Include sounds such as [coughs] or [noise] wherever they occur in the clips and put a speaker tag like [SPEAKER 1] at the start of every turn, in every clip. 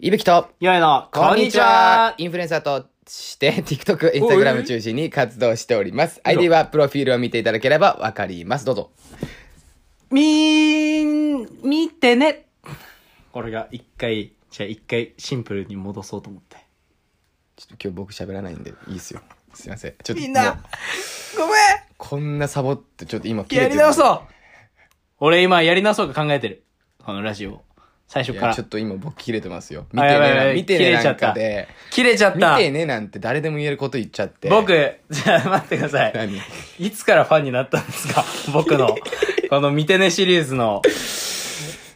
[SPEAKER 1] いぶきと、
[SPEAKER 2] よいの、こんにちは
[SPEAKER 1] インフルエンサーとして [laughs] TikTok、Instagram 中心に活動しております。ID はプロフィールを見ていただければわかります。どうぞ。
[SPEAKER 2] みーん、見てねこれが一回、じゃあ一回シンプルに戻そうと思って。
[SPEAKER 1] ちょっと今日僕喋らないんで、いいっすよ。すいません。ちょっと、
[SPEAKER 2] みん
[SPEAKER 1] もう
[SPEAKER 2] な、ごめ
[SPEAKER 1] こんなサボって、ちょっと今
[SPEAKER 2] んやり直
[SPEAKER 1] う
[SPEAKER 2] そう俺今やり直そうか考えてる。このラジオ。最初
[SPEAKER 1] い
[SPEAKER 2] か
[SPEAKER 1] や
[SPEAKER 2] ら
[SPEAKER 1] ちょ。っと今僕切れてますよ。見
[SPEAKER 2] あ
[SPEAKER 1] て
[SPEAKER 2] やばいやば
[SPEAKER 1] ね、
[SPEAKER 2] い
[SPEAKER 1] 見て
[SPEAKER 2] 切
[SPEAKER 1] ね
[SPEAKER 2] れちゃ
[SPEAKER 1] な
[SPEAKER 2] っ
[SPEAKER 1] ん
[SPEAKER 2] た
[SPEAKER 1] かで、
[SPEAKER 2] 切れちゃっ
[SPEAKER 1] 見
[SPEAKER 2] た
[SPEAKER 1] てねなんて誰でも言えること言っちゃって。
[SPEAKER 2] 僕、じゃあ待ってください。
[SPEAKER 1] 何
[SPEAKER 2] いつからファンになったんですか僕の。この見てねシリーズの。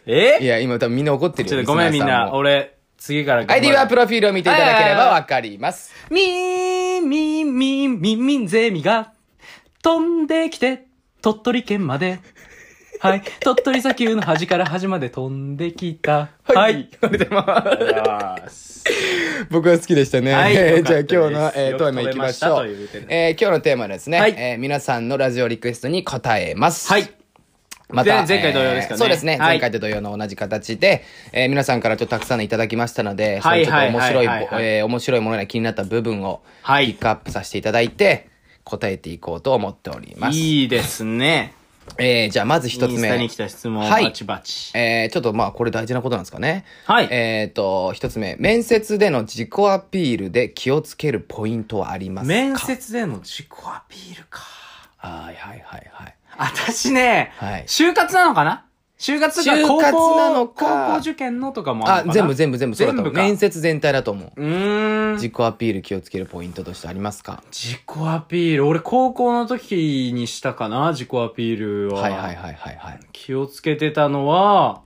[SPEAKER 1] い
[SPEAKER 2] え
[SPEAKER 1] や、今多分みんな怒ってる
[SPEAKER 2] ち
[SPEAKER 1] よ
[SPEAKER 2] ょっとごめんみ
[SPEAKER 1] リス
[SPEAKER 2] ん
[SPEAKER 1] ナーさ
[SPEAKER 2] な。
[SPEAKER 1] も
[SPEAKER 2] 俺、次から頑張る
[SPEAKER 1] ID はプロフィールを見ていただければわかります。
[SPEAKER 2] みーみーみーみーみんゼミが飛んできて鳥取県まで。はい。鳥取砂丘の端から端まで飛んできた。は
[SPEAKER 1] あ
[SPEAKER 2] い。。
[SPEAKER 1] りがとうございます。
[SPEAKER 2] ます。
[SPEAKER 1] 僕は好きでしたね。
[SPEAKER 2] はい
[SPEAKER 1] えーじゃあ
[SPEAKER 2] よか
[SPEAKER 1] 今
[SPEAKER 2] っ
[SPEAKER 1] 日
[SPEAKER 2] た
[SPEAKER 1] の、えー、テ
[SPEAKER 2] ですよく
[SPEAKER 1] ーマいきましょう。
[SPEAKER 2] 飛べましたというテーマ
[SPEAKER 1] えー今日のテーマはですね、
[SPEAKER 2] はい
[SPEAKER 1] えー皆さんのラジオリクエストに答えます。
[SPEAKER 2] は。い。
[SPEAKER 1] また、
[SPEAKER 2] 前前回同様ですかね
[SPEAKER 1] そうですね。
[SPEAKER 2] は
[SPEAKER 1] 前
[SPEAKER 2] い
[SPEAKER 1] 回と同様の同じ形で、えー皆さんからちょっとたくさんいただきましたので、
[SPEAKER 2] はい
[SPEAKER 1] そのちょっと面白い
[SPEAKER 2] はいはいはい
[SPEAKER 1] ぼ、
[SPEAKER 2] はい
[SPEAKER 1] えー面白いものや気になった部分を、
[SPEAKER 2] は
[SPEAKER 1] ピッ
[SPEAKER 2] い。
[SPEAKER 1] クアップさせていただいて、答えていこうと思っております。
[SPEAKER 2] いいですね。
[SPEAKER 1] えーじゃあまず一
[SPEAKER 2] イ
[SPEAKER 1] つ
[SPEAKER 2] ンスタに
[SPEAKER 1] 目
[SPEAKER 2] 来。た質問
[SPEAKER 1] はい
[SPEAKER 2] バチバチ。
[SPEAKER 1] えーちょっとまあこれ大事なことなんですかね。
[SPEAKER 2] はい
[SPEAKER 1] えっ、と、一つ目。面接での自己アピールで気をつけるポイントはありますか
[SPEAKER 2] 面接での自己アピールか。
[SPEAKER 1] はいはいはいはい。
[SPEAKER 2] 私ね、
[SPEAKER 1] はい
[SPEAKER 2] 就活なのかな就活とか
[SPEAKER 1] 就
[SPEAKER 2] 高校
[SPEAKER 1] 活なのか
[SPEAKER 2] 高校受験のとかもあ
[SPEAKER 1] あ
[SPEAKER 2] る、のかな
[SPEAKER 1] 全部全部全部そうだと思う。
[SPEAKER 2] 全部か
[SPEAKER 1] 面接全体だと思う。
[SPEAKER 2] うーん。
[SPEAKER 1] 自己アピール気をつけるポイントとしてありますか
[SPEAKER 2] 自己アピール。俺、高校の時にしたかな、自己アピールは。
[SPEAKER 1] はいはいはいはいはい。
[SPEAKER 2] 気をつけてたのは、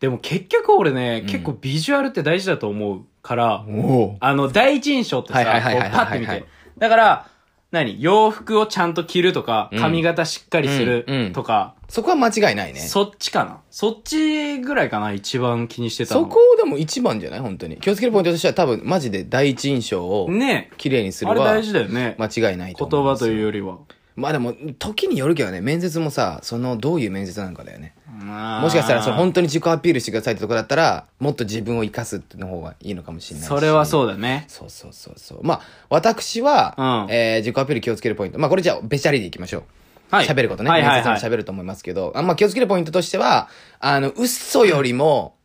[SPEAKER 2] でも結局俺ね、
[SPEAKER 1] うん
[SPEAKER 2] 結構ビジュアルって大事だと思うから、
[SPEAKER 1] お
[SPEAKER 2] あの、第一印象ってさ、
[SPEAKER 1] は
[SPEAKER 2] こ
[SPEAKER 1] いうは
[SPEAKER 2] パ
[SPEAKER 1] いはいはいはい
[SPEAKER 2] ッて見て。だから、何洋服をちゃんと着るとか
[SPEAKER 1] う、ん
[SPEAKER 2] 髪型しっかりす
[SPEAKER 1] うんう
[SPEAKER 2] る
[SPEAKER 1] ん
[SPEAKER 2] とか、
[SPEAKER 1] そこは間違いないね。そ
[SPEAKER 2] そっちかな。そっちぐらいかな、一番気にしてたの。
[SPEAKER 1] こでも一番じゃない本当に。気をつけるポイントとしては多分マジで第一印象を
[SPEAKER 2] ね
[SPEAKER 1] 綺麗にする
[SPEAKER 2] あれ
[SPEAKER 1] は
[SPEAKER 2] 大事だよね。
[SPEAKER 1] 間違いないと
[SPEAKER 2] 言
[SPEAKER 1] 思うん
[SPEAKER 2] 葉
[SPEAKER 1] です
[SPEAKER 2] と
[SPEAKER 1] よ
[SPEAKER 2] いうよりは。
[SPEAKER 1] まあでも、時によるけどね、面接もさ、その、どういう面接なのかだよね。も
[SPEAKER 2] も
[SPEAKER 1] しかしたら、その、本当に自己アピールしてくださいってとこだったら、もっと自分を生かすっての方がいいのかもしれないし
[SPEAKER 2] それはそうだね。
[SPEAKER 1] そうそうそうそう。まあ、私は、
[SPEAKER 2] うん
[SPEAKER 1] えー自己アピール気をつけるポイント。まあ、これじゃあ、べしゃりでいきましょう。
[SPEAKER 2] はい
[SPEAKER 1] 喋ることね。
[SPEAKER 2] はいはいはい
[SPEAKER 1] 面接も喋ると思いますけど、あんまあ気をつけるポイントとしては、あの、嘘よりも、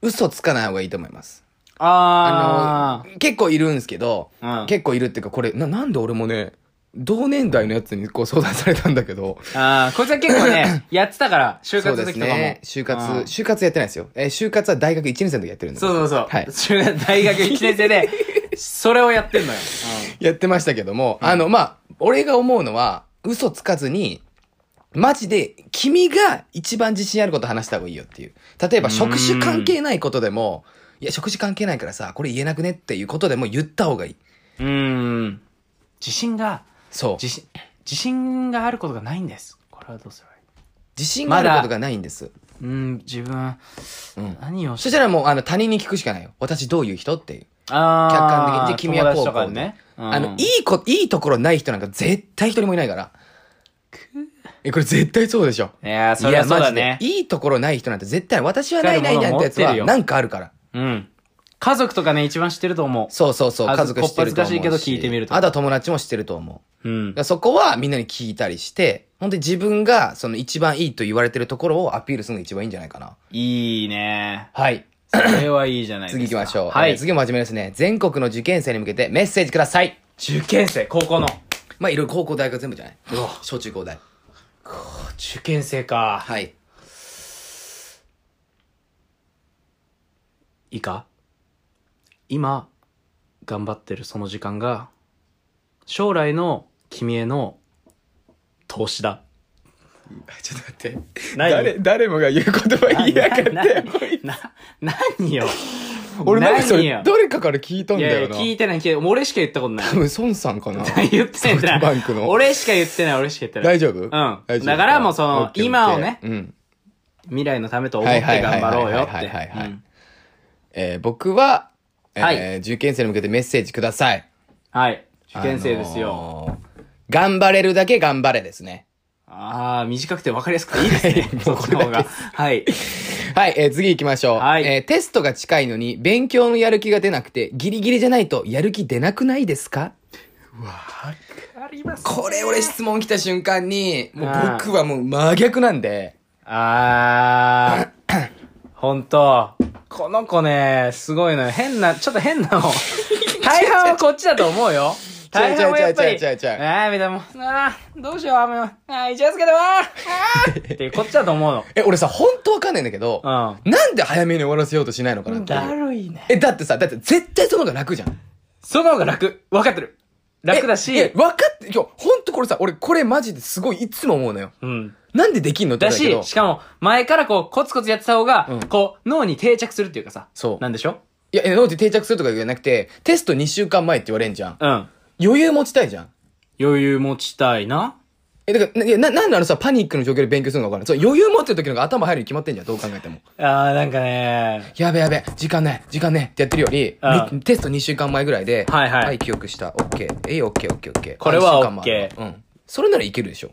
[SPEAKER 1] 嘘つかない方がいいと思います。
[SPEAKER 2] あ
[SPEAKER 1] あの、結構いるんですけど、
[SPEAKER 2] うん
[SPEAKER 1] 結構いるっていうか、これ、な、なんで俺もね、同年代のやつにこう相談されたんだけど、
[SPEAKER 2] ー、あーこいつは結
[SPEAKER 1] [coughs]
[SPEAKER 2] 構ね、やってたから、就
[SPEAKER 1] そ
[SPEAKER 2] 活
[SPEAKER 1] う
[SPEAKER 2] の
[SPEAKER 1] です
[SPEAKER 2] 時とかも。
[SPEAKER 1] ね。就活
[SPEAKER 2] う、ん
[SPEAKER 1] 就活やってないですよ。えー就活は大学1年生の時やってるんで。
[SPEAKER 2] そうそうそう。
[SPEAKER 1] はい
[SPEAKER 2] 就活大学1年生で、それをやってん
[SPEAKER 1] [laughs]
[SPEAKER 2] のよ。
[SPEAKER 1] やってましたけども、あの、まあ、俺が思うのは、嘘つかずに、マジで、君が一番自信あること話した方がいいよっていう。例えば、
[SPEAKER 2] うん
[SPEAKER 1] 職種関係ないことでも、いや、職種関係ないからさ、これ言えなくねっていうことでも言った方がいい。
[SPEAKER 2] うん。うん。自信が、
[SPEAKER 1] そう。
[SPEAKER 2] 自信、自信があることがないんです。これはどうすればいい
[SPEAKER 1] 自信があることがないんです。
[SPEAKER 2] うん、自分、
[SPEAKER 1] うん
[SPEAKER 2] 何を
[SPEAKER 1] そ
[SPEAKER 2] し
[SPEAKER 1] したらもう、あの、他人に聞くしかないよ。私どういう人っていう。
[SPEAKER 2] あー
[SPEAKER 1] 客観的に。で、君はこうこ
[SPEAKER 2] 友達とか
[SPEAKER 1] う。
[SPEAKER 2] でね。うん
[SPEAKER 1] あの、いいこ、いいところない人なんか絶対一人もいないから。え、これ絶対そうでしょ。
[SPEAKER 2] いやー、それはそうだ
[SPEAKER 1] いや
[SPEAKER 2] ね
[SPEAKER 1] マ。ジでいいところない人なんて絶対、私はないない
[SPEAKER 2] 光
[SPEAKER 1] な
[SPEAKER 2] る
[SPEAKER 1] いっ
[SPEAKER 2] もの
[SPEAKER 1] て
[SPEAKER 2] 持
[SPEAKER 1] やつ
[SPEAKER 2] ってるよ
[SPEAKER 1] は、なんかあるから。
[SPEAKER 2] うん。家族とかね、一番知ってると思
[SPEAKER 1] そうそうそう、家
[SPEAKER 2] 恥ず
[SPEAKER 1] 族知ってると思うし。
[SPEAKER 2] こっぱずかしいけど聞いてみると
[SPEAKER 1] あとは友達も知ってると思う。
[SPEAKER 2] う。うん
[SPEAKER 1] だか。らそこはみんなに聞いたりして、本当に自分がその一番いいと言われてるところをアピールするのが一番いいんじゃないかな。
[SPEAKER 2] い
[SPEAKER 1] [coughs]
[SPEAKER 2] いね。
[SPEAKER 1] はい。
[SPEAKER 2] それはいいじゃないです
[SPEAKER 1] 次
[SPEAKER 2] か。
[SPEAKER 1] 行きましょう。
[SPEAKER 2] は
[SPEAKER 1] えー
[SPEAKER 2] い。
[SPEAKER 1] 次も真面目ですね。全国の受験生に向けてメッセージください。
[SPEAKER 2] 受験生、高校の。
[SPEAKER 1] まあ、いろいろ高校大学全部じゃないう
[SPEAKER 2] わ
[SPEAKER 1] 小中高大。
[SPEAKER 2] 受験生か。
[SPEAKER 1] はい。
[SPEAKER 2] いいか今、頑張ってるその時間が、将来の君への投資だ。
[SPEAKER 1] ちょっと待って。
[SPEAKER 2] 何
[SPEAKER 1] 誰、誰もが言う言葉 [laughs] 言いやがって。
[SPEAKER 2] な、な、な、何よ。
[SPEAKER 1] 俺なんかそ
[SPEAKER 2] 何
[SPEAKER 1] れ
[SPEAKER 2] よ、
[SPEAKER 1] 誰かから聞いたん
[SPEAKER 2] い
[SPEAKER 1] だ
[SPEAKER 2] や
[SPEAKER 1] よ
[SPEAKER 2] いや、
[SPEAKER 1] な。
[SPEAKER 2] 聞いてない、聞いてない。俺しか言ったこと
[SPEAKER 1] [laughs]
[SPEAKER 2] ない
[SPEAKER 1] 多。分孫さんか
[SPEAKER 2] [laughs]
[SPEAKER 1] な
[SPEAKER 2] 言ってんじゃ
[SPEAKER 1] ソフトバ
[SPEAKER 2] ん
[SPEAKER 1] ンクの
[SPEAKER 2] 俺しか言ってない、俺しか言ってない。
[SPEAKER 1] 大丈夫
[SPEAKER 2] んだからもうその今をね
[SPEAKER 1] うん。
[SPEAKER 2] 未来のためと思って頑張ろうよって。
[SPEAKER 1] はいはいはいはいはいはい
[SPEAKER 2] うん
[SPEAKER 1] えー僕は、えー
[SPEAKER 2] はい
[SPEAKER 1] 受験生に向けてメッセージください。
[SPEAKER 2] はい。受験生ですよ。
[SPEAKER 1] あのー。頑張れるだけ頑
[SPEAKER 2] [laughs]
[SPEAKER 1] 張れですね。。
[SPEAKER 2] ああ、短くて分かりやすくていいですね
[SPEAKER 1] も
[SPEAKER 2] そうっ
[SPEAKER 1] こ
[SPEAKER 2] ち
[SPEAKER 1] れだけ
[SPEAKER 2] の方が。はい。
[SPEAKER 1] はい、えー次行きましょう。
[SPEAKER 2] はい
[SPEAKER 1] えーテストが近いのに、勉強のやる気が出なくて、ギリギリじゃないと、やる気出なくないですか
[SPEAKER 2] あります
[SPEAKER 1] これ俺質問来た瞬間に、もう
[SPEAKER 2] あー
[SPEAKER 1] 僕はもう真逆なんで、
[SPEAKER 2] あー。ほんと。この子ね、すごいのよ。変な、ちょっと変
[SPEAKER 1] [laughs]
[SPEAKER 2] なの。大半はこっちだと思うよ。大半はやっぱり。
[SPEAKER 1] 違う違う違う違う違う
[SPEAKER 2] あーみたいなもう。あーどうしよう、雨の。あー、一夜漬けだわー。あーって、こっちだと思うの。
[SPEAKER 1] え、俺さ、ほんとわかんないんだけど、
[SPEAKER 2] う
[SPEAKER 1] なんで早めに終わらせようとしないのかなっていう。
[SPEAKER 2] るいね。
[SPEAKER 1] え、だってさ、だって絶対その方が楽じゃん。
[SPEAKER 2] その方が楽。わかってる。楽だし。
[SPEAKER 1] ええ分かって、今日、ほんとこれさ、俺これマジですごいいつも思うのよ。
[SPEAKER 2] うん。
[SPEAKER 1] なんでできんのって
[SPEAKER 2] だ
[SPEAKER 1] 言ったけど
[SPEAKER 2] し、しかも、前からこう、コツコツやってた方が、
[SPEAKER 1] うん
[SPEAKER 2] こう、脳に定着するっていうかさ。
[SPEAKER 1] そう
[SPEAKER 2] なんでしょ
[SPEAKER 1] いや、えノート定着するとかじゃなくて、テスト2週間前って言われんじゃん。
[SPEAKER 2] うん。
[SPEAKER 1] 余裕持ちたいじゃん。
[SPEAKER 2] 余裕持ちたいな。
[SPEAKER 1] え、だから、ないやな、なんであのさ、パニックの状況で勉強するのか分かんない。そう、余裕持ってる時の方が頭入るに決まってんじゃん、どう考えても。
[SPEAKER 2] あー、なんかね。
[SPEAKER 1] やべやべ、時間ない、時間ねってやってるより
[SPEAKER 2] うん、
[SPEAKER 1] にテスト2週間前ぐらいで、
[SPEAKER 2] はいはい
[SPEAKER 1] 記憶した。オッケー。えい、オッケー、オッケー、オッケー。
[SPEAKER 2] これ
[SPEAKER 1] あ
[SPEAKER 2] は
[SPEAKER 1] 一週間前
[SPEAKER 2] オッケ
[SPEAKER 1] うん。それならいけるでしょ。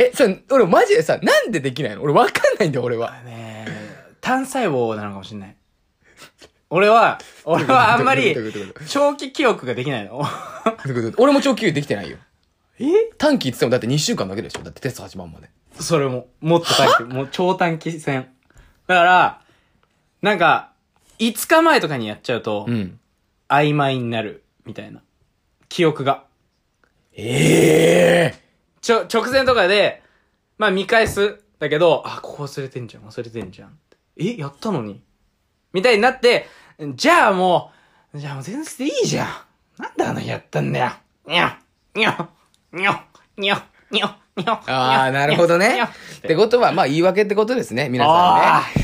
[SPEAKER 1] え、さ、俺マジでさ、なんでできないの俺わかんないんだよ、俺は。
[SPEAKER 2] ねえ単細胞なのかもしれない。俺は、俺はあんまり
[SPEAKER 1] どういうことどういうこと、
[SPEAKER 2] 長期記憶ができないの。
[SPEAKER 1] 俺も長期休できてないよ。
[SPEAKER 2] え
[SPEAKER 1] 短期って言ってもだって2週間だけでしょだってテスト始まるまで。
[SPEAKER 2] それも、もっと短 [laughs] 期、もう超短期戦。だから、なんか、5日前とかにやっちゃうと、
[SPEAKER 1] うん。
[SPEAKER 2] 曖昧になる、みたいな。記憶が。
[SPEAKER 1] ええ
[SPEAKER 2] ちょ、直前とかで、まあ見返す。だけど、あ、ここ忘れてんじゃん、忘れてんじゃん。え、やったのにみたいになって、じゃあもう、じゃあもう全然いいじゃん。なんであの日やったんだよ。にゃ、にゃ、にゃ、にゃ、にゃ、にゃ。
[SPEAKER 1] ああ、なるほどね。って
[SPEAKER 2] こ
[SPEAKER 1] ことは、まあ言い訳ってことですね、皆さん
[SPEAKER 2] あ
[SPEAKER 1] ね。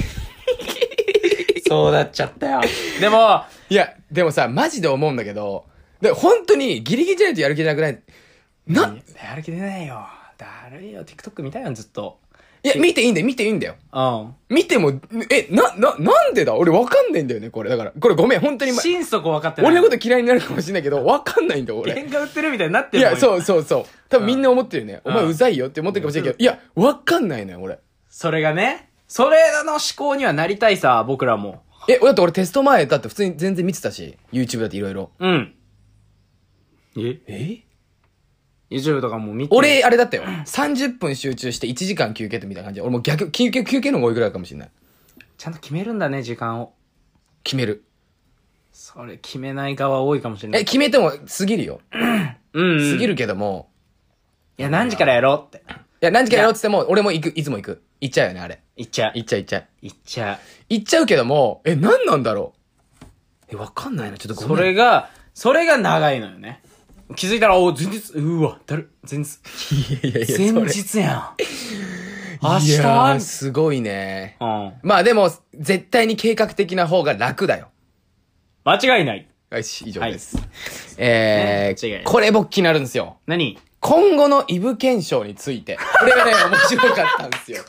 [SPEAKER 1] [laughs]
[SPEAKER 2] ーそうなっちゃったよ。でも、
[SPEAKER 1] いや、でもさ、マジで思うんだけど、で、本当にギリギリじゃないとやる気じゃなくない。な、
[SPEAKER 2] いややる気出ないよ。だるいよ。TikTok 見たよ、ずっと。
[SPEAKER 1] いや、見ていいんだよ、見ていいんだよ。
[SPEAKER 2] うん。
[SPEAKER 1] 見ても、え、な、な、なんでだ俺わかんないんだよね、これ。だから、これごめん、本当に、ま、
[SPEAKER 2] 心底分かってない。
[SPEAKER 1] 俺のこと嫌いになるかもしれないけど、わかんないんだよ、俺。
[SPEAKER 2] 喧嘩売ってるみたいになっ
[SPEAKER 1] い
[SPEAKER 2] てるもん
[SPEAKER 1] や、そうそうそう。多分みんな思ってるよね。
[SPEAKER 2] うん
[SPEAKER 1] お前うざいよって思ってるかもしれないけど、いや、わかんないのよ、俺。
[SPEAKER 2] それがね、それの思考にはなりたいさ、僕らも。
[SPEAKER 1] え、だって俺テスト前だって普通に全然見てたし、YouTube だっていろいろ。
[SPEAKER 2] うん。え
[SPEAKER 1] え
[SPEAKER 2] ?YouTube とかも見て。
[SPEAKER 1] 俺、あれだったよ。30分集中して1時間休憩ってみたいな感じで。俺もう逆、休憩、休憩の方が多いぐらいかもしれない。
[SPEAKER 2] ちゃんと決めるんだね、時間を。
[SPEAKER 1] 決める。
[SPEAKER 2] それ、決めない側多いかもしれな
[SPEAKER 1] え、
[SPEAKER 2] い。
[SPEAKER 1] 決めても過ぎるよ。
[SPEAKER 2] うん、うん。
[SPEAKER 1] 過ぎ
[SPEAKER 2] る。
[SPEAKER 1] るけども。
[SPEAKER 2] いや、何時からやろうって。
[SPEAKER 1] いや、何時からやろうって言っても、俺も行く、いつも行く。行っちゃうよね、あれ。
[SPEAKER 2] いっちゃう。
[SPEAKER 1] 行っちゃう行っちゃう。
[SPEAKER 2] いっちゃう。
[SPEAKER 1] 行っちゃうけども、え、何なんだろう。え、わかんないな、ちょっと
[SPEAKER 2] そ
[SPEAKER 1] ごめ
[SPEAKER 2] れ
[SPEAKER 1] ん。
[SPEAKER 2] が、それが長いのよね。気づいたら、お前日、うわ、だる、前日。
[SPEAKER 1] いやいやいや、
[SPEAKER 2] 前
[SPEAKER 1] それ。
[SPEAKER 2] 日やん。明
[SPEAKER 1] いやー
[SPEAKER 2] 日
[SPEAKER 1] すごいね。
[SPEAKER 2] うん。
[SPEAKER 1] まあでも、絶対に計画的な方が楽だよ。
[SPEAKER 2] 間違いない。
[SPEAKER 1] よし、以上
[SPEAKER 2] はい
[SPEAKER 1] です。え
[SPEAKER 2] ね間違いな
[SPEAKER 1] ー、
[SPEAKER 2] い
[SPEAKER 1] これ僕気になるんですよ。
[SPEAKER 2] 何
[SPEAKER 1] 今後のイブ検証について。これが [laughs] ね、面白かったんですよ。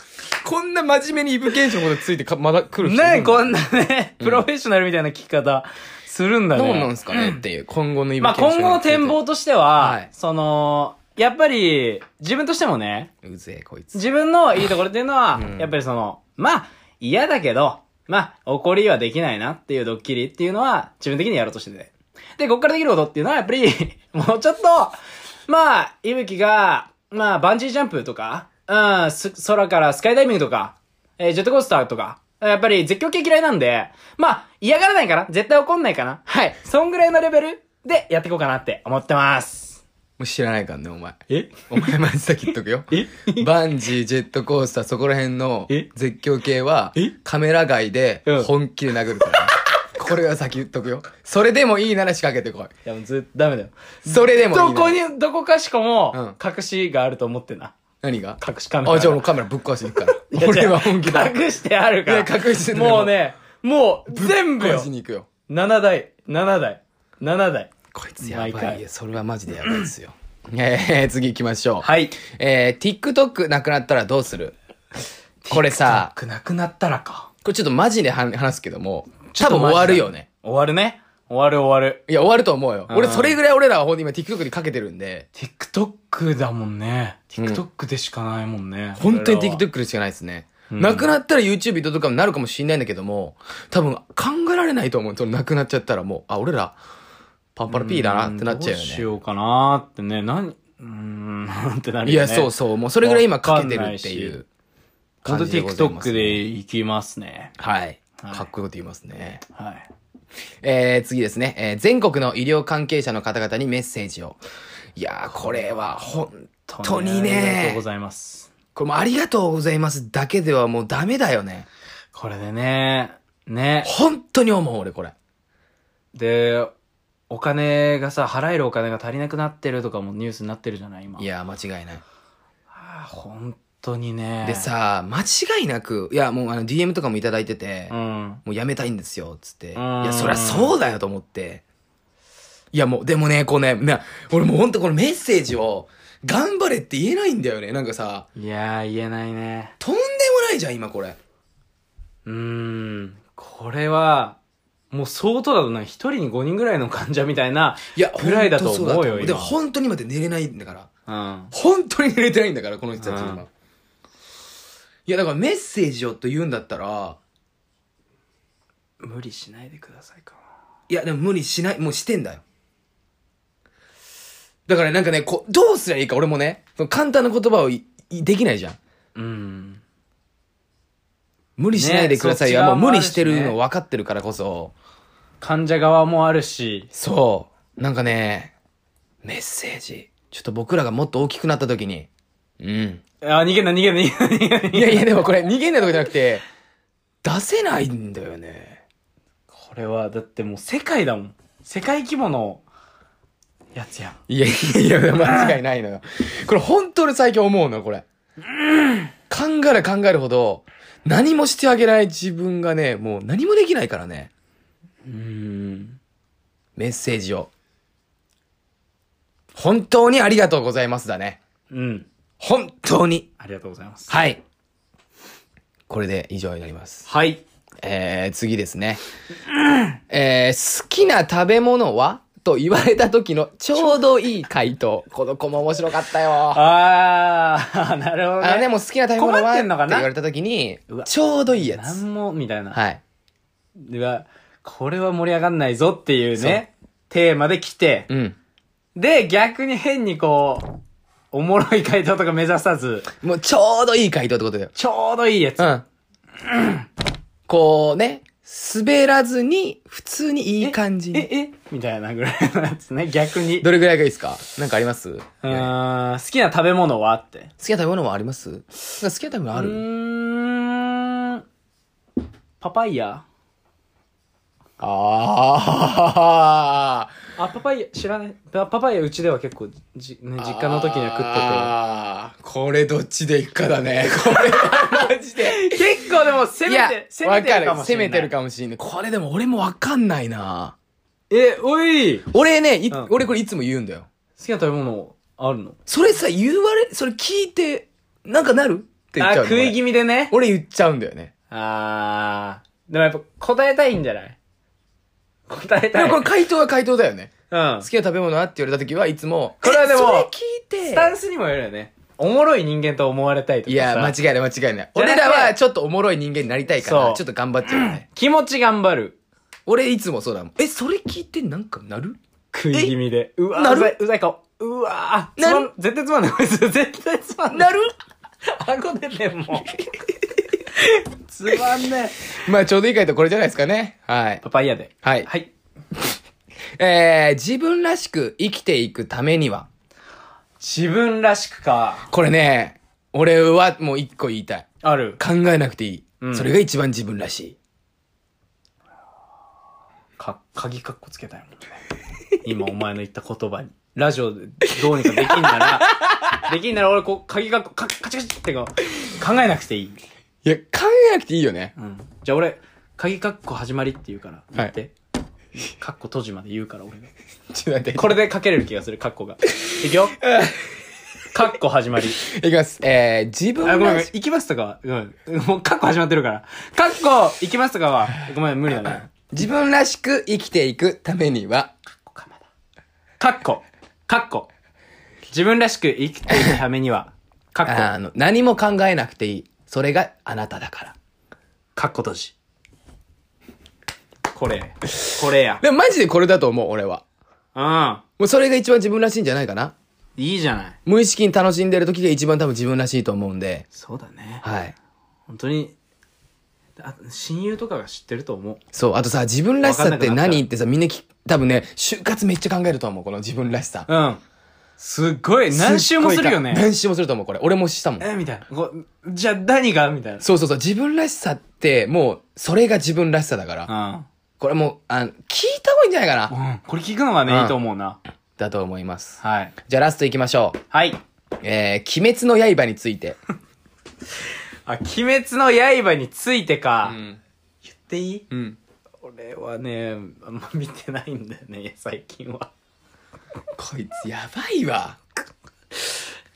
[SPEAKER 1] こんな真面目にイブ検証のことついてか、まだ来る人いる
[SPEAKER 2] ね
[SPEAKER 1] んだ
[SPEAKER 2] こんなね、プロフェッショナルみたいな聞き方するんだね。
[SPEAKER 1] どうなんですかねっていう、今後のイブ
[SPEAKER 2] まあ
[SPEAKER 1] 検証
[SPEAKER 2] 今後の
[SPEAKER 1] について
[SPEAKER 2] 展望としては、
[SPEAKER 1] はい
[SPEAKER 2] その、やっぱり、自分としてもね、
[SPEAKER 1] うぜえ、こいつ。
[SPEAKER 2] 自分のいいところっていうのは、
[SPEAKER 1] うん
[SPEAKER 2] やっぱりその、まあ、嫌だけど、まあ、怒りはできないなっていうドッキリっていうのは、自分的にやろうとしてて。で、こっからできることっていうのは、やっぱり、 [laughs] もうちょっと、まあ、いぶきが、まあ、バンジージャンプとか、うん、す空からスカイダイビングとか、えージェットコースターとか、やっぱり絶叫系嫌いなんで、まあ、嫌がらないかな絶対怒んないかなはい。そんぐらいのレベルでやっていこうかなって思ってます。
[SPEAKER 1] もう知らないからね、お前。
[SPEAKER 2] え
[SPEAKER 1] お前まず先言っと [laughs] くよ。
[SPEAKER 2] え
[SPEAKER 1] バンジー、ジェットコースター、そこら辺の
[SPEAKER 2] え
[SPEAKER 1] 絶叫系は
[SPEAKER 2] え、
[SPEAKER 1] カメラ外で
[SPEAKER 2] うん
[SPEAKER 1] 本気で殴るからね。 [laughs] これは先言っとくよ。それでもいいなら仕掛けてこい。
[SPEAKER 2] でもずっとダメだよ。
[SPEAKER 1] それでもいいな
[SPEAKER 2] ど
[SPEAKER 1] ら。
[SPEAKER 2] こに、どこかしこも、
[SPEAKER 1] う
[SPEAKER 2] 隠しがあると思ってな。
[SPEAKER 1] 何が
[SPEAKER 2] 隠しカメラが。
[SPEAKER 1] あ、じゃあもうカメラぶっ壊しに行くか
[SPEAKER 2] い
[SPEAKER 1] ら。
[SPEAKER 2] や
[SPEAKER 1] 俺は本気だ。
[SPEAKER 2] 違う隠してあるから。
[SPEAKER 1] いや隠してる
[SPEAKER 2] もうね、もう全部
[SPEAKER 1] ぶっ
[SPEAKER 2] よ
[SPEAKER 1] 壊。しに行くよ。
[SPEAKER 2] 7台、7台、7台。
[SPEAKER 1] こいつやば
[SPEAKER 2] 毎回
[SPEAKER 1] い。いや、それはマジでやばいですよ。えー、次行きましょう。
[SPEAKER 2] はい。
[SPEAKER 1] えー、TikTok なくなったらどうするこれさ、
[SPEAKER 2] なくなったらか。
[SPEAKER 1] これちょっとマジでは話すけども、
[SPEAKER 2] ちょっ
[SPEAKER 1] 多
[SPEAKER 2] と
[SPEAKER 1] 分
[SPEAKER 2] マジ
[SPEAKER 1] 終
[SPEAKER 2] だ
[SPEAKER 1] わるよね。
[SPEAKER 2] 終わるね。終わる終わる。
[SPEAKER 1] いや、終わると思うよ。
[SPEAKER 2] ん
[SPEAKER 1] 俺、それぐらい俺らはほんと今 TikTok にかけてるんで、
[SPEAKER 2] TikTok だもんね。
[SPEAKER 1] うん
[SPEAKER 2] TikTok でしかないもんね。
[SPEAKER 1] 本当に
[SPEAKER 2] 俺らは
[SPEAKER 1] TikTok でしかないですね。
[SPEAKER 2] うん
[SPEAKER 1] なくなったら YouTube 移動とかになるかもしれないんだけども、多分考えられないと思う。そのなくなっちゃったらもう、あ、俺ら、パンパラピーだなってなっちゃう
[SPEAKER 2] どうし
[SPEAKER 1] よね。
[SPEAKER 2] ようかなーってね、何、うーん、 [laughs] ってなる
[SPEAKER 1] い
[SPEAKER 2] よ
[SPEAKER 1] や、
[SPEAKER 2] ね。
[SPEAKER 1] そうそう。もうそれぐらい今かけてるってい
[SPEAKER 2] わかんな
[SPEAKER 1] 感
[SPEAKER 2] いうし本当
[SPEAKER 1] じでございます
[SPEAKER 2] TikTok でいきますね。
[SPEAKER 1] はい。
[SPEAKER 2] はい
[SPEAKER 1] かっこよく言いますね。
[SPEAKER 2] はい。
[SPEAKER 1] えー、次ですね、えー全国の医療関係者の方々にメッセージを。いやー、これは本当に
[SPEAKER 2] ありがとう
[SPEAKER 1] ね
[SPEAKER 2] ご、ざいます。
[SPEAKER 1] これもうありがとうございますだけではもうダメだよね。
[SPEAKER 2] これでね、ね。
[SPEAKER 1] 本当に思う、俺これ。
[SPEAKER 2] で、お金がさ、払えるお金が足りなくなってるとかもニュースになってるじゃない、今。
[SPEAKER 1] いやー、間違いない。
[SPEAKER 2] あー。本当にね。
[SPEAKER 1] で。さ、間違いなく、いや、もうあの DM とかもいただいてて、
[SPEAKER 2] うん。
[SPEAKER 1] もうやめたいんですよ、つって。い
[SPEAKER 2] うん
[SPEAKER 1] や、そりゃそうだよと思って。いや、もう、でもね、こうね、な、俺もうほんとこのメッセージを、頑張れって言えないんだよね。なんかさ、
[SPEAKER 2] いやー、言えないね。
[SPEAKER 1] とんでもないじゃん、今これ。
[SPEAKER 2] うーん。これは、もう相当だとな、一人に5人ぐらいの患者みたいな、
[SPEAKER 1] いや、
[SPEAKER 2] ぐらいだと思うよ
[SPEAKER 1] ほんそだとでも
[SPEAKER 2] 今
[SPEAKER 1] 本当に今って寝れないんだから。
[SPEAKER 2] うん。
[SPEAKER 1] 本当に寝れてないんだから、この人たち今。
[SPEAKER 2] うん
[SPEAKER 1] いや、だからメッセージをと言うんだったら、
[SPEAKER 2] 無理しないでくださいか
[SPEAKER 1] いや、でも無理しない、もうしてんだよ。だからなんかね、こうどうすりゃいいか俺もね、その簡単な言葉をいいできないじゃん。
[SPEAKER 2] な。うん。
[SPEAKER 1] 無理しないでくださいよ。
[SPEAKER 2] ね
[SPEAKER 1] もう無理
[SPEAKER 2] そっ
[SPEAKER 1] し
[SPEAKER 2] ち
[SPEAKER 1] て
[SPEAKER 2] 側もあるしね
[SPEAKER 1] るの分かってるからこそ。
[SPEAKER 2] 患者側もあるし、
[SPEAKER 1] そう。なんかね、メッセージ。ちょっと僕らがもっと大きくなった時に。うん。
[SPEAKER 2] あ、逃げんな、逃げんな、逃げんな、逃げん
[SPEAKER 1] い
[SPEAKER 2] な。
[SPEAKER 1] やいや、でもこれ逃げんなとかじゃなくて、出せないんだよね。
[SPEAKER 2] これは、だってもう世界だもん。世界規模の、やつやん。
[SPEAKER 1] いやいやいや、間違いないのよ。これ本当に最近思うのよ、これ。考えれば考えるほど、何もしてあげない自分がね、もう何もできないからね。
[SPEAKER 2] うん。
[SPEAKER 1] メッセージを。本当にありがとうございますだね。
[SPEAKER 2] うん。
[SPEAKER 1] 本当に。
[SPEAKER 2] ありがとうございます。
[SPEAKER 1] はい。これで以上になります。
[SPEAKER 2] はい。
[SPEAKER 1] えー、次ですね。えー、好きな食べ物はと言われた時のちょうどいい回答。この子も面白かったよ。
[SPEAKER 2] あー、 [laughs] なるほど、ね。
[SPEAKER 1] あのね、もう好きな食べ物
[SPEAKER 2] 困
[SPEAKER 1] はっ
[SPEAKER 2] っ
[SPEAKER 1] てて言
[SPEAKER 2] んのか
[SPEAKER 1] わ
[SPEAKER 2] な
[SPEAKER 1] れた時に
[SPEAKER 2] うわ、
[SPEAKER 1] ちょうどいいや
[SPEAKER 2] な
[SPEAKER 1] つ。
[SPEAKER 2] んも、みたいな。
[SPEAKER 1] はい。
[SPEAKER 2] では、これは盛り上がんないぞっていうね、テーマで来て、
[SPEAKER 1] うん。
[SPEAKER 2] で、逆に変にこう、おもろい回答とか目指さず、
[SPEAKER 1] もうちょうどいい回答ってことだよ。
[SPEAKER 2] ちょうどいいやつ。
[SPEAKER 1] うん。こうね、滑らずに、普通にいい感じ
[SPEAKER 2] え、
[SPEAKER 1] に。
[SPEAKER 2] えみたいなぐらいのや
[SPEAKER 1] [laughs]
[SPEAKER 2] つね、逆に。
[SPEAKER 1] どれぐらいがいいですかなんかあります好
[SPEAKER 2] う
[SPEAKER 1] きな
[SPEAKER 2] ーん、好きな食べ物はって。
[SPEAKER 1] 食べ物はありますなんか好きな食べ物あ
[SPEAKER 2] う
[SPEAKER 1] る
[SPEAKER 2] ーん、パパイヤ
[SPEAKER 1] ああ。
[SPEAKER 2] あ、パパイヤ、知らない。パパパイヤ、うちでは結構、じ、ね、実家の時には食っ
[SPEAKER 1] ああ。これどっちでいくかだ [laughs] ね。これはマジで。
[SPEAKER 2] てて。結構でも、攻
[SPEAKER 1] い
[SPEAKER 2] め
[SPEAKER 1] や
[SPEAKER 2] て、、攻め
[SPEAKER 1] わ
[SPEAKER 2] て
[SPEAKER 1] か
[SPEAKER 2] る
[SPEAKER 1] る
[SPEAKER 2] かも。しれ
[SPEAKER 1] 攻
[SPEAKER 2] ない。
[SPEAKER 1] めてるかもしれない。これでも俺もわかんないな。
[SPEAKER 2] え、おい好
[SPEAKER 1] 俺ね、い
[SPEAKER 2] うん
[SPEAKER 1] 俺これいつも言うんだよ。
[SPEAKER 2] きな食べ物、あるの
[SPEAKER 1] それさ、言われ、それ聞いて、なんかなるって言っ
[SPEAKER 2] あ、
[SPEAKER 1] ちゃうの
[SPEAKER 2] 食い気味でね。
[SPEAKER 1] 俺俺言っちゃうんだよね。
[SPEAKER 2] あー。でもやっぱ答えたいんじゃない答え
[SPEAKER 1] で
[SPEAKER 2] た
[SPEAKER 1] も
[SPEAKER 2] い。
[SPEAKER 1] これ回答は回答だよね。
[SPEAKER 2] うん
[SPEAKER 1] 好。きな食べ物はって言われた時はいつも、
[SPEAKER 2] これはでも
[SPEAKER 1] えそれ聞いて
[SPEAKER 2] ス、タンスにもよるよね。おもろい人間と思われたいとかさ。
[SPEAKER 1] いや、間違いない間違いない。
[SPEAKER 2] じゃなくて
[SPEAKER 1] 俺らはちょっとおもろい人間になりたいか
[SPEAKER 2] そう
[SPEAKER 1] ら、ちょっと頑張っちゃうよね。
[SPEAKER 2] 気持ち頑張る。
[SPEAKER 1] 俺いつもそうだもん。え、それ聞いてなんかなる
[SPEAKER 2] 食い気味で。うわ
[SPEAKER 1] な
[SPEAKER 2] ー、
[SPEAKER 1] る
[SPEAKER 2] うざい、うざい顔。うわー。
[SPEAKER 1] なる
[SPEAKER 2] つまん絶対つまんない。こい [laughs] つ絶対つまんない。
[SPEAKER 1] なる
[SPEAKER 2] 顎出てんもん。つまんね
[SPEAKER 1] [laughs] まあちょうどいい回答これじゃないですかね。はい
[SPEAKER 2] え。。パパイヤで。
[SPEAKER 1] はい
[SPEAKER 2] はい。
[SPEAKER 1] えー、自分らしく生きていくためには、
[SPEAKER 2] 自分らしくか。
[SPEAKER 1] これね、俺はもう一個言いたい。
[SPEAKER 2] ある。
[SPEAKER 1] 考えなくていい。
[SPEAKER 2] うん
[SPEAKER 1] それが一番自分らしい。
[SPEAKER 2] か、鍵かっこつけたいもんね。今お前の言った言葉に。ラジオでどうにかできんなら、できんな [laughs] ら俺こう、鍵かっこ、かカチカチってこう、考えなくていい。
[SPEAKER 1] いや、考えなくていいよね。
[SPEAKER 2] うん。じゃあ俺、鍵かっこ始まりって言うから、言って。かっこ閉じまで言うから俺が。
[SPEAKER 1] ちょっと待って。
[SPEAKER 2] これでかけれる気がする、かっこが。いく [laughs] よ。かっこ始まり。
[SPEAKER 1] いきます。えー、自分
[SPEAKER 2] あ、ごめんごめん、
[SPEAKER 1] らしく。
[SPEAKER 2] 行きますとかは、うん。もう、かっこ始まってるから。かっこ、行きますとかは、ごめん、無理だね。
[SPEAKER 1] 自分らしく生きていくためには、
[SPEAKER 2] かっこ、かっこ。自分らしく生きていくためには、かっこ。
[SPEAKER 1] あの、何も考えなくていい。それがあなただから。
[SPEAKER 2] かっこ閉じ。これ。これや。
[SPEAKER 1] でもマジでこれだと思う、俺は。
[SPEAKER 2] うん。
[SPEAKER 1] もうそれが一番自分らしいんじゃないかな。
[SPEAKER 2] いいじゃない。
[SPEAKER 1] 無意識に楽しんでる時が一番多分自分らしいと思うんで。
[SPEAKER 2] そうだね。
[SPEAKER 1] はい。
[SPEAKER 2] 本当に、あ親友とかが知ってると思う。
[SPEAKER 1] そう。あとさ、自分らしさって
[SPEAKER 2] わかんなくなった
[SPEAKER 1] 何ってさ、みんなき、多分ね、就活めっちゃ考えると思う、この自分らしさ。
[SPEAKER 2] うん。すっごい、何周もするよ
[SPEAKER 1] っごいか
[SPEAKER 2] ね。
[SPEAKER 1] 何周もすると思う、これ。俺もしたもん。
[SPEAKER 2] え、みたいな。こじゃあ何がみたい
[SPEAKER 1] そうそうそう。自分らしさって、もう、それが自分らしさだから。
[SPEAKER 2] な。
[SPEAKER 1] これもう、あの聞いた方がいいんじゃないか
[SPEAKER 2] う
[SPEAKER 1] な。
[SPEAKER 2] ん。うん。これ聞くのはね、
[SPEAKER 1] うん
[SPEAKER 2] いいと思うな。
[SPEAKER 1] だと思います。
[SPEAKER 2] はい。
[SPEAKER 1] じゃあラスト行きましょう。
[SPEAKER 2] はい。
[SPEAKER 1] えー、鬼滅の刃について。
[SPEAKER 2] あ、鬼滅の刃についてか。
[SPEAKER 1] ん。
[SPEAKER 2] 言っていい
[SPEAKER 1] うん。
[SPEAKER 2] 俺はね、あんま見てないんだよね、最近は。
[SPEAKER 1] こいつやばいわ。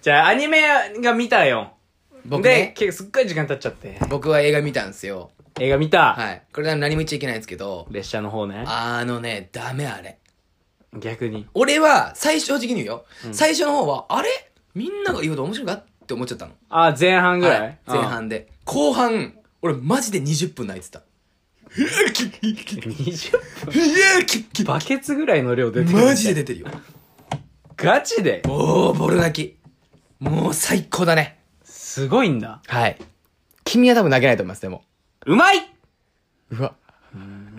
[SPEAKER 2] じゃあ、アニメが見たよ。
[SPEAKER 1] 僕ね
[SPEAKER 2] で、けすっごい時間経っちゃって。
[SPEAKER 1] 僕は映画見たんですよ。
[SPEAKER 2] 映画見た、
[SPEAKER 1] はい。これは何も言っちゃいけないんですけど、
[SPEAKER 2] 列車の方ね。
[SPEAKER 1] あのね、ダメあれ。
[SPEAKER 2] 逆に。
[SPEAKER 1] 俺は、最初正直に言うよ。最初の方は、あれみんなが言うほど面白いかって思っちゃったの。
[SPEAKER 2] あ、前半ぐらい、
[SPEAKER 1] はい前
[SPEAKER 2] うん。
[SPEAKER 1] 半で。後半、俺マジで20分泣いてた。
[SPEAKER 2] 20
[SPEAKER 1] いやきき
[SPEAKER 2] 分バケツぐらいの量出てる。
[SPEAKER 1] マジで出てるよ。
[SPEAKER 2] ガチで
[SPEAKER 1] おー、ボロ泣き。もう最高だね。
[SPEAKER 2] すごいんだ。
[SPEAKER 1] はい。君は多分泣けないと思います、でも。
[SPEAKER 2] うまいう
[SPEAKER 1] わ。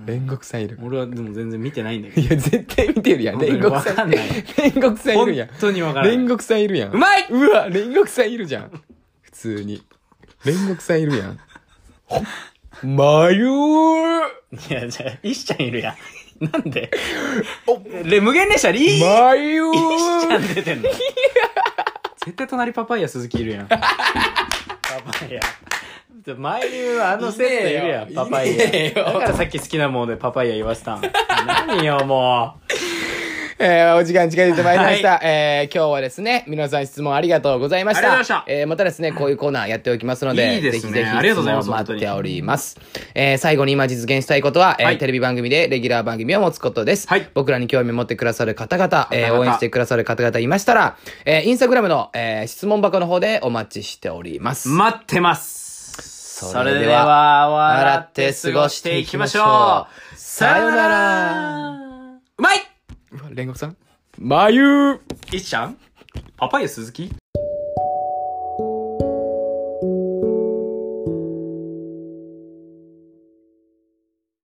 [SPEAKER 1] 煉獄さんいる。
[SPEAKER 2] 俺はでも全然見てないんだけ
[SPEAKER 1] いや、絶対見てるやん。煉獄
[SPEAKER 2] わか
[SPEAKER 1] さん。
[SPEAKER 2] んない
[SPEAKER 1] 煉獄さん
[SPEAKER 2] ど。
[SPEAKER 1] いるや
[SPEAKER 2] 本
[SPEAKER 1] ん。
[SPEAKER 2] 当にわから
[SPEAKER 1] 煉
[SPEAKER 2] ない。
[SPEAKER 1] 獄さんいるやん。
[SPEAKER 2] うま
[SPEAKER 1] [laughs]
[SPEAKER 2] いう
[SPEAKER 1] わ、煉獄さんいるじゃん。普通に。煉獄さんいるや
[SPEAKER 2] [laughs]
[SPEAKER 1] ん。ほまゆー
[SPEAKER 2] いや、じゃあ、石ちゃんいるやん。なんでで、無限列車にいい石
[SPEAKER 1] まゆ
[SPEAKER 2] ちゃ
[SPEAKER 1] ー
[SPEAKER 2] ん出てんの [laughs] 絶対隣パパイヤ鈴木いる [laughs] やん。パパイヤ。前に言うあのセットいるや
[SPEAKER 1] いねえ
[SPEAKER 2] ん、
[SPEAKER 1] よ
[SPEAKER 2] パパイヤ。
[SPEAKER 1] いねえ
[SPEAKER 2] だ
[SPEAKER 1] よ
[SPEAKER 2] からさっき好きなものでパパイヤ言わせたん。 [laughs] 何よ、もう。
[SPEAKER 1] えー、お時間近づいてまいりました。
[SPEAKER 2] は
[SPEAKER 1] えー、今日はですね、皆さん質問ありがとうございました。
[SPEAKER 2] ありがとうございました
[SPEAKER 1] えー、またですね、こういうコーナーやっておきますので、
[SPEAKER 2] いいですね
[SPEAKER 1] ぜひぜひ
[SPEAKER 2] ありがとうございます
[SPEAKER 1] 質問を待っております。えー、最後に今実現したいことは、えー
[SPEAKER 2] はい
[SPEAKER 1] テレビ番組でレギュラー番組を持つことです。
[SPEAKER 2] はい
[SPEAKER 1] 僕らに興味を持ってくださる方々、えー、
[SPEAKER 2] 々
[SPEAKER 1] 応援してくださる方々いましたら、えー、インスタグラムの、えー、質問箱の方でお待ちしております。
[SPEAKER 2] 待ってます
[SPEAKER 1] そ
[SPEAKER 2] そ
[SPEAKER 1] れ
[SPEAKER 2] れ
[SPEAKER 1] で
[SPEAKER 2] で
[SPEAKER 1] は
[SPEAKER 2] は、笑って過ごしていきましょう
[SPEAKER 1] さ
[SPEAKER 2] さ
[SPEAKER 1] よ
[SPEAKER 2] よ
[SPEAKER 1] なら
[SPEAKER 2] ならうまいう
[SPEAKER 1] わ煉獄さんまゆー
[SPEAKER 2] いっちゃんパパイヤ鈴木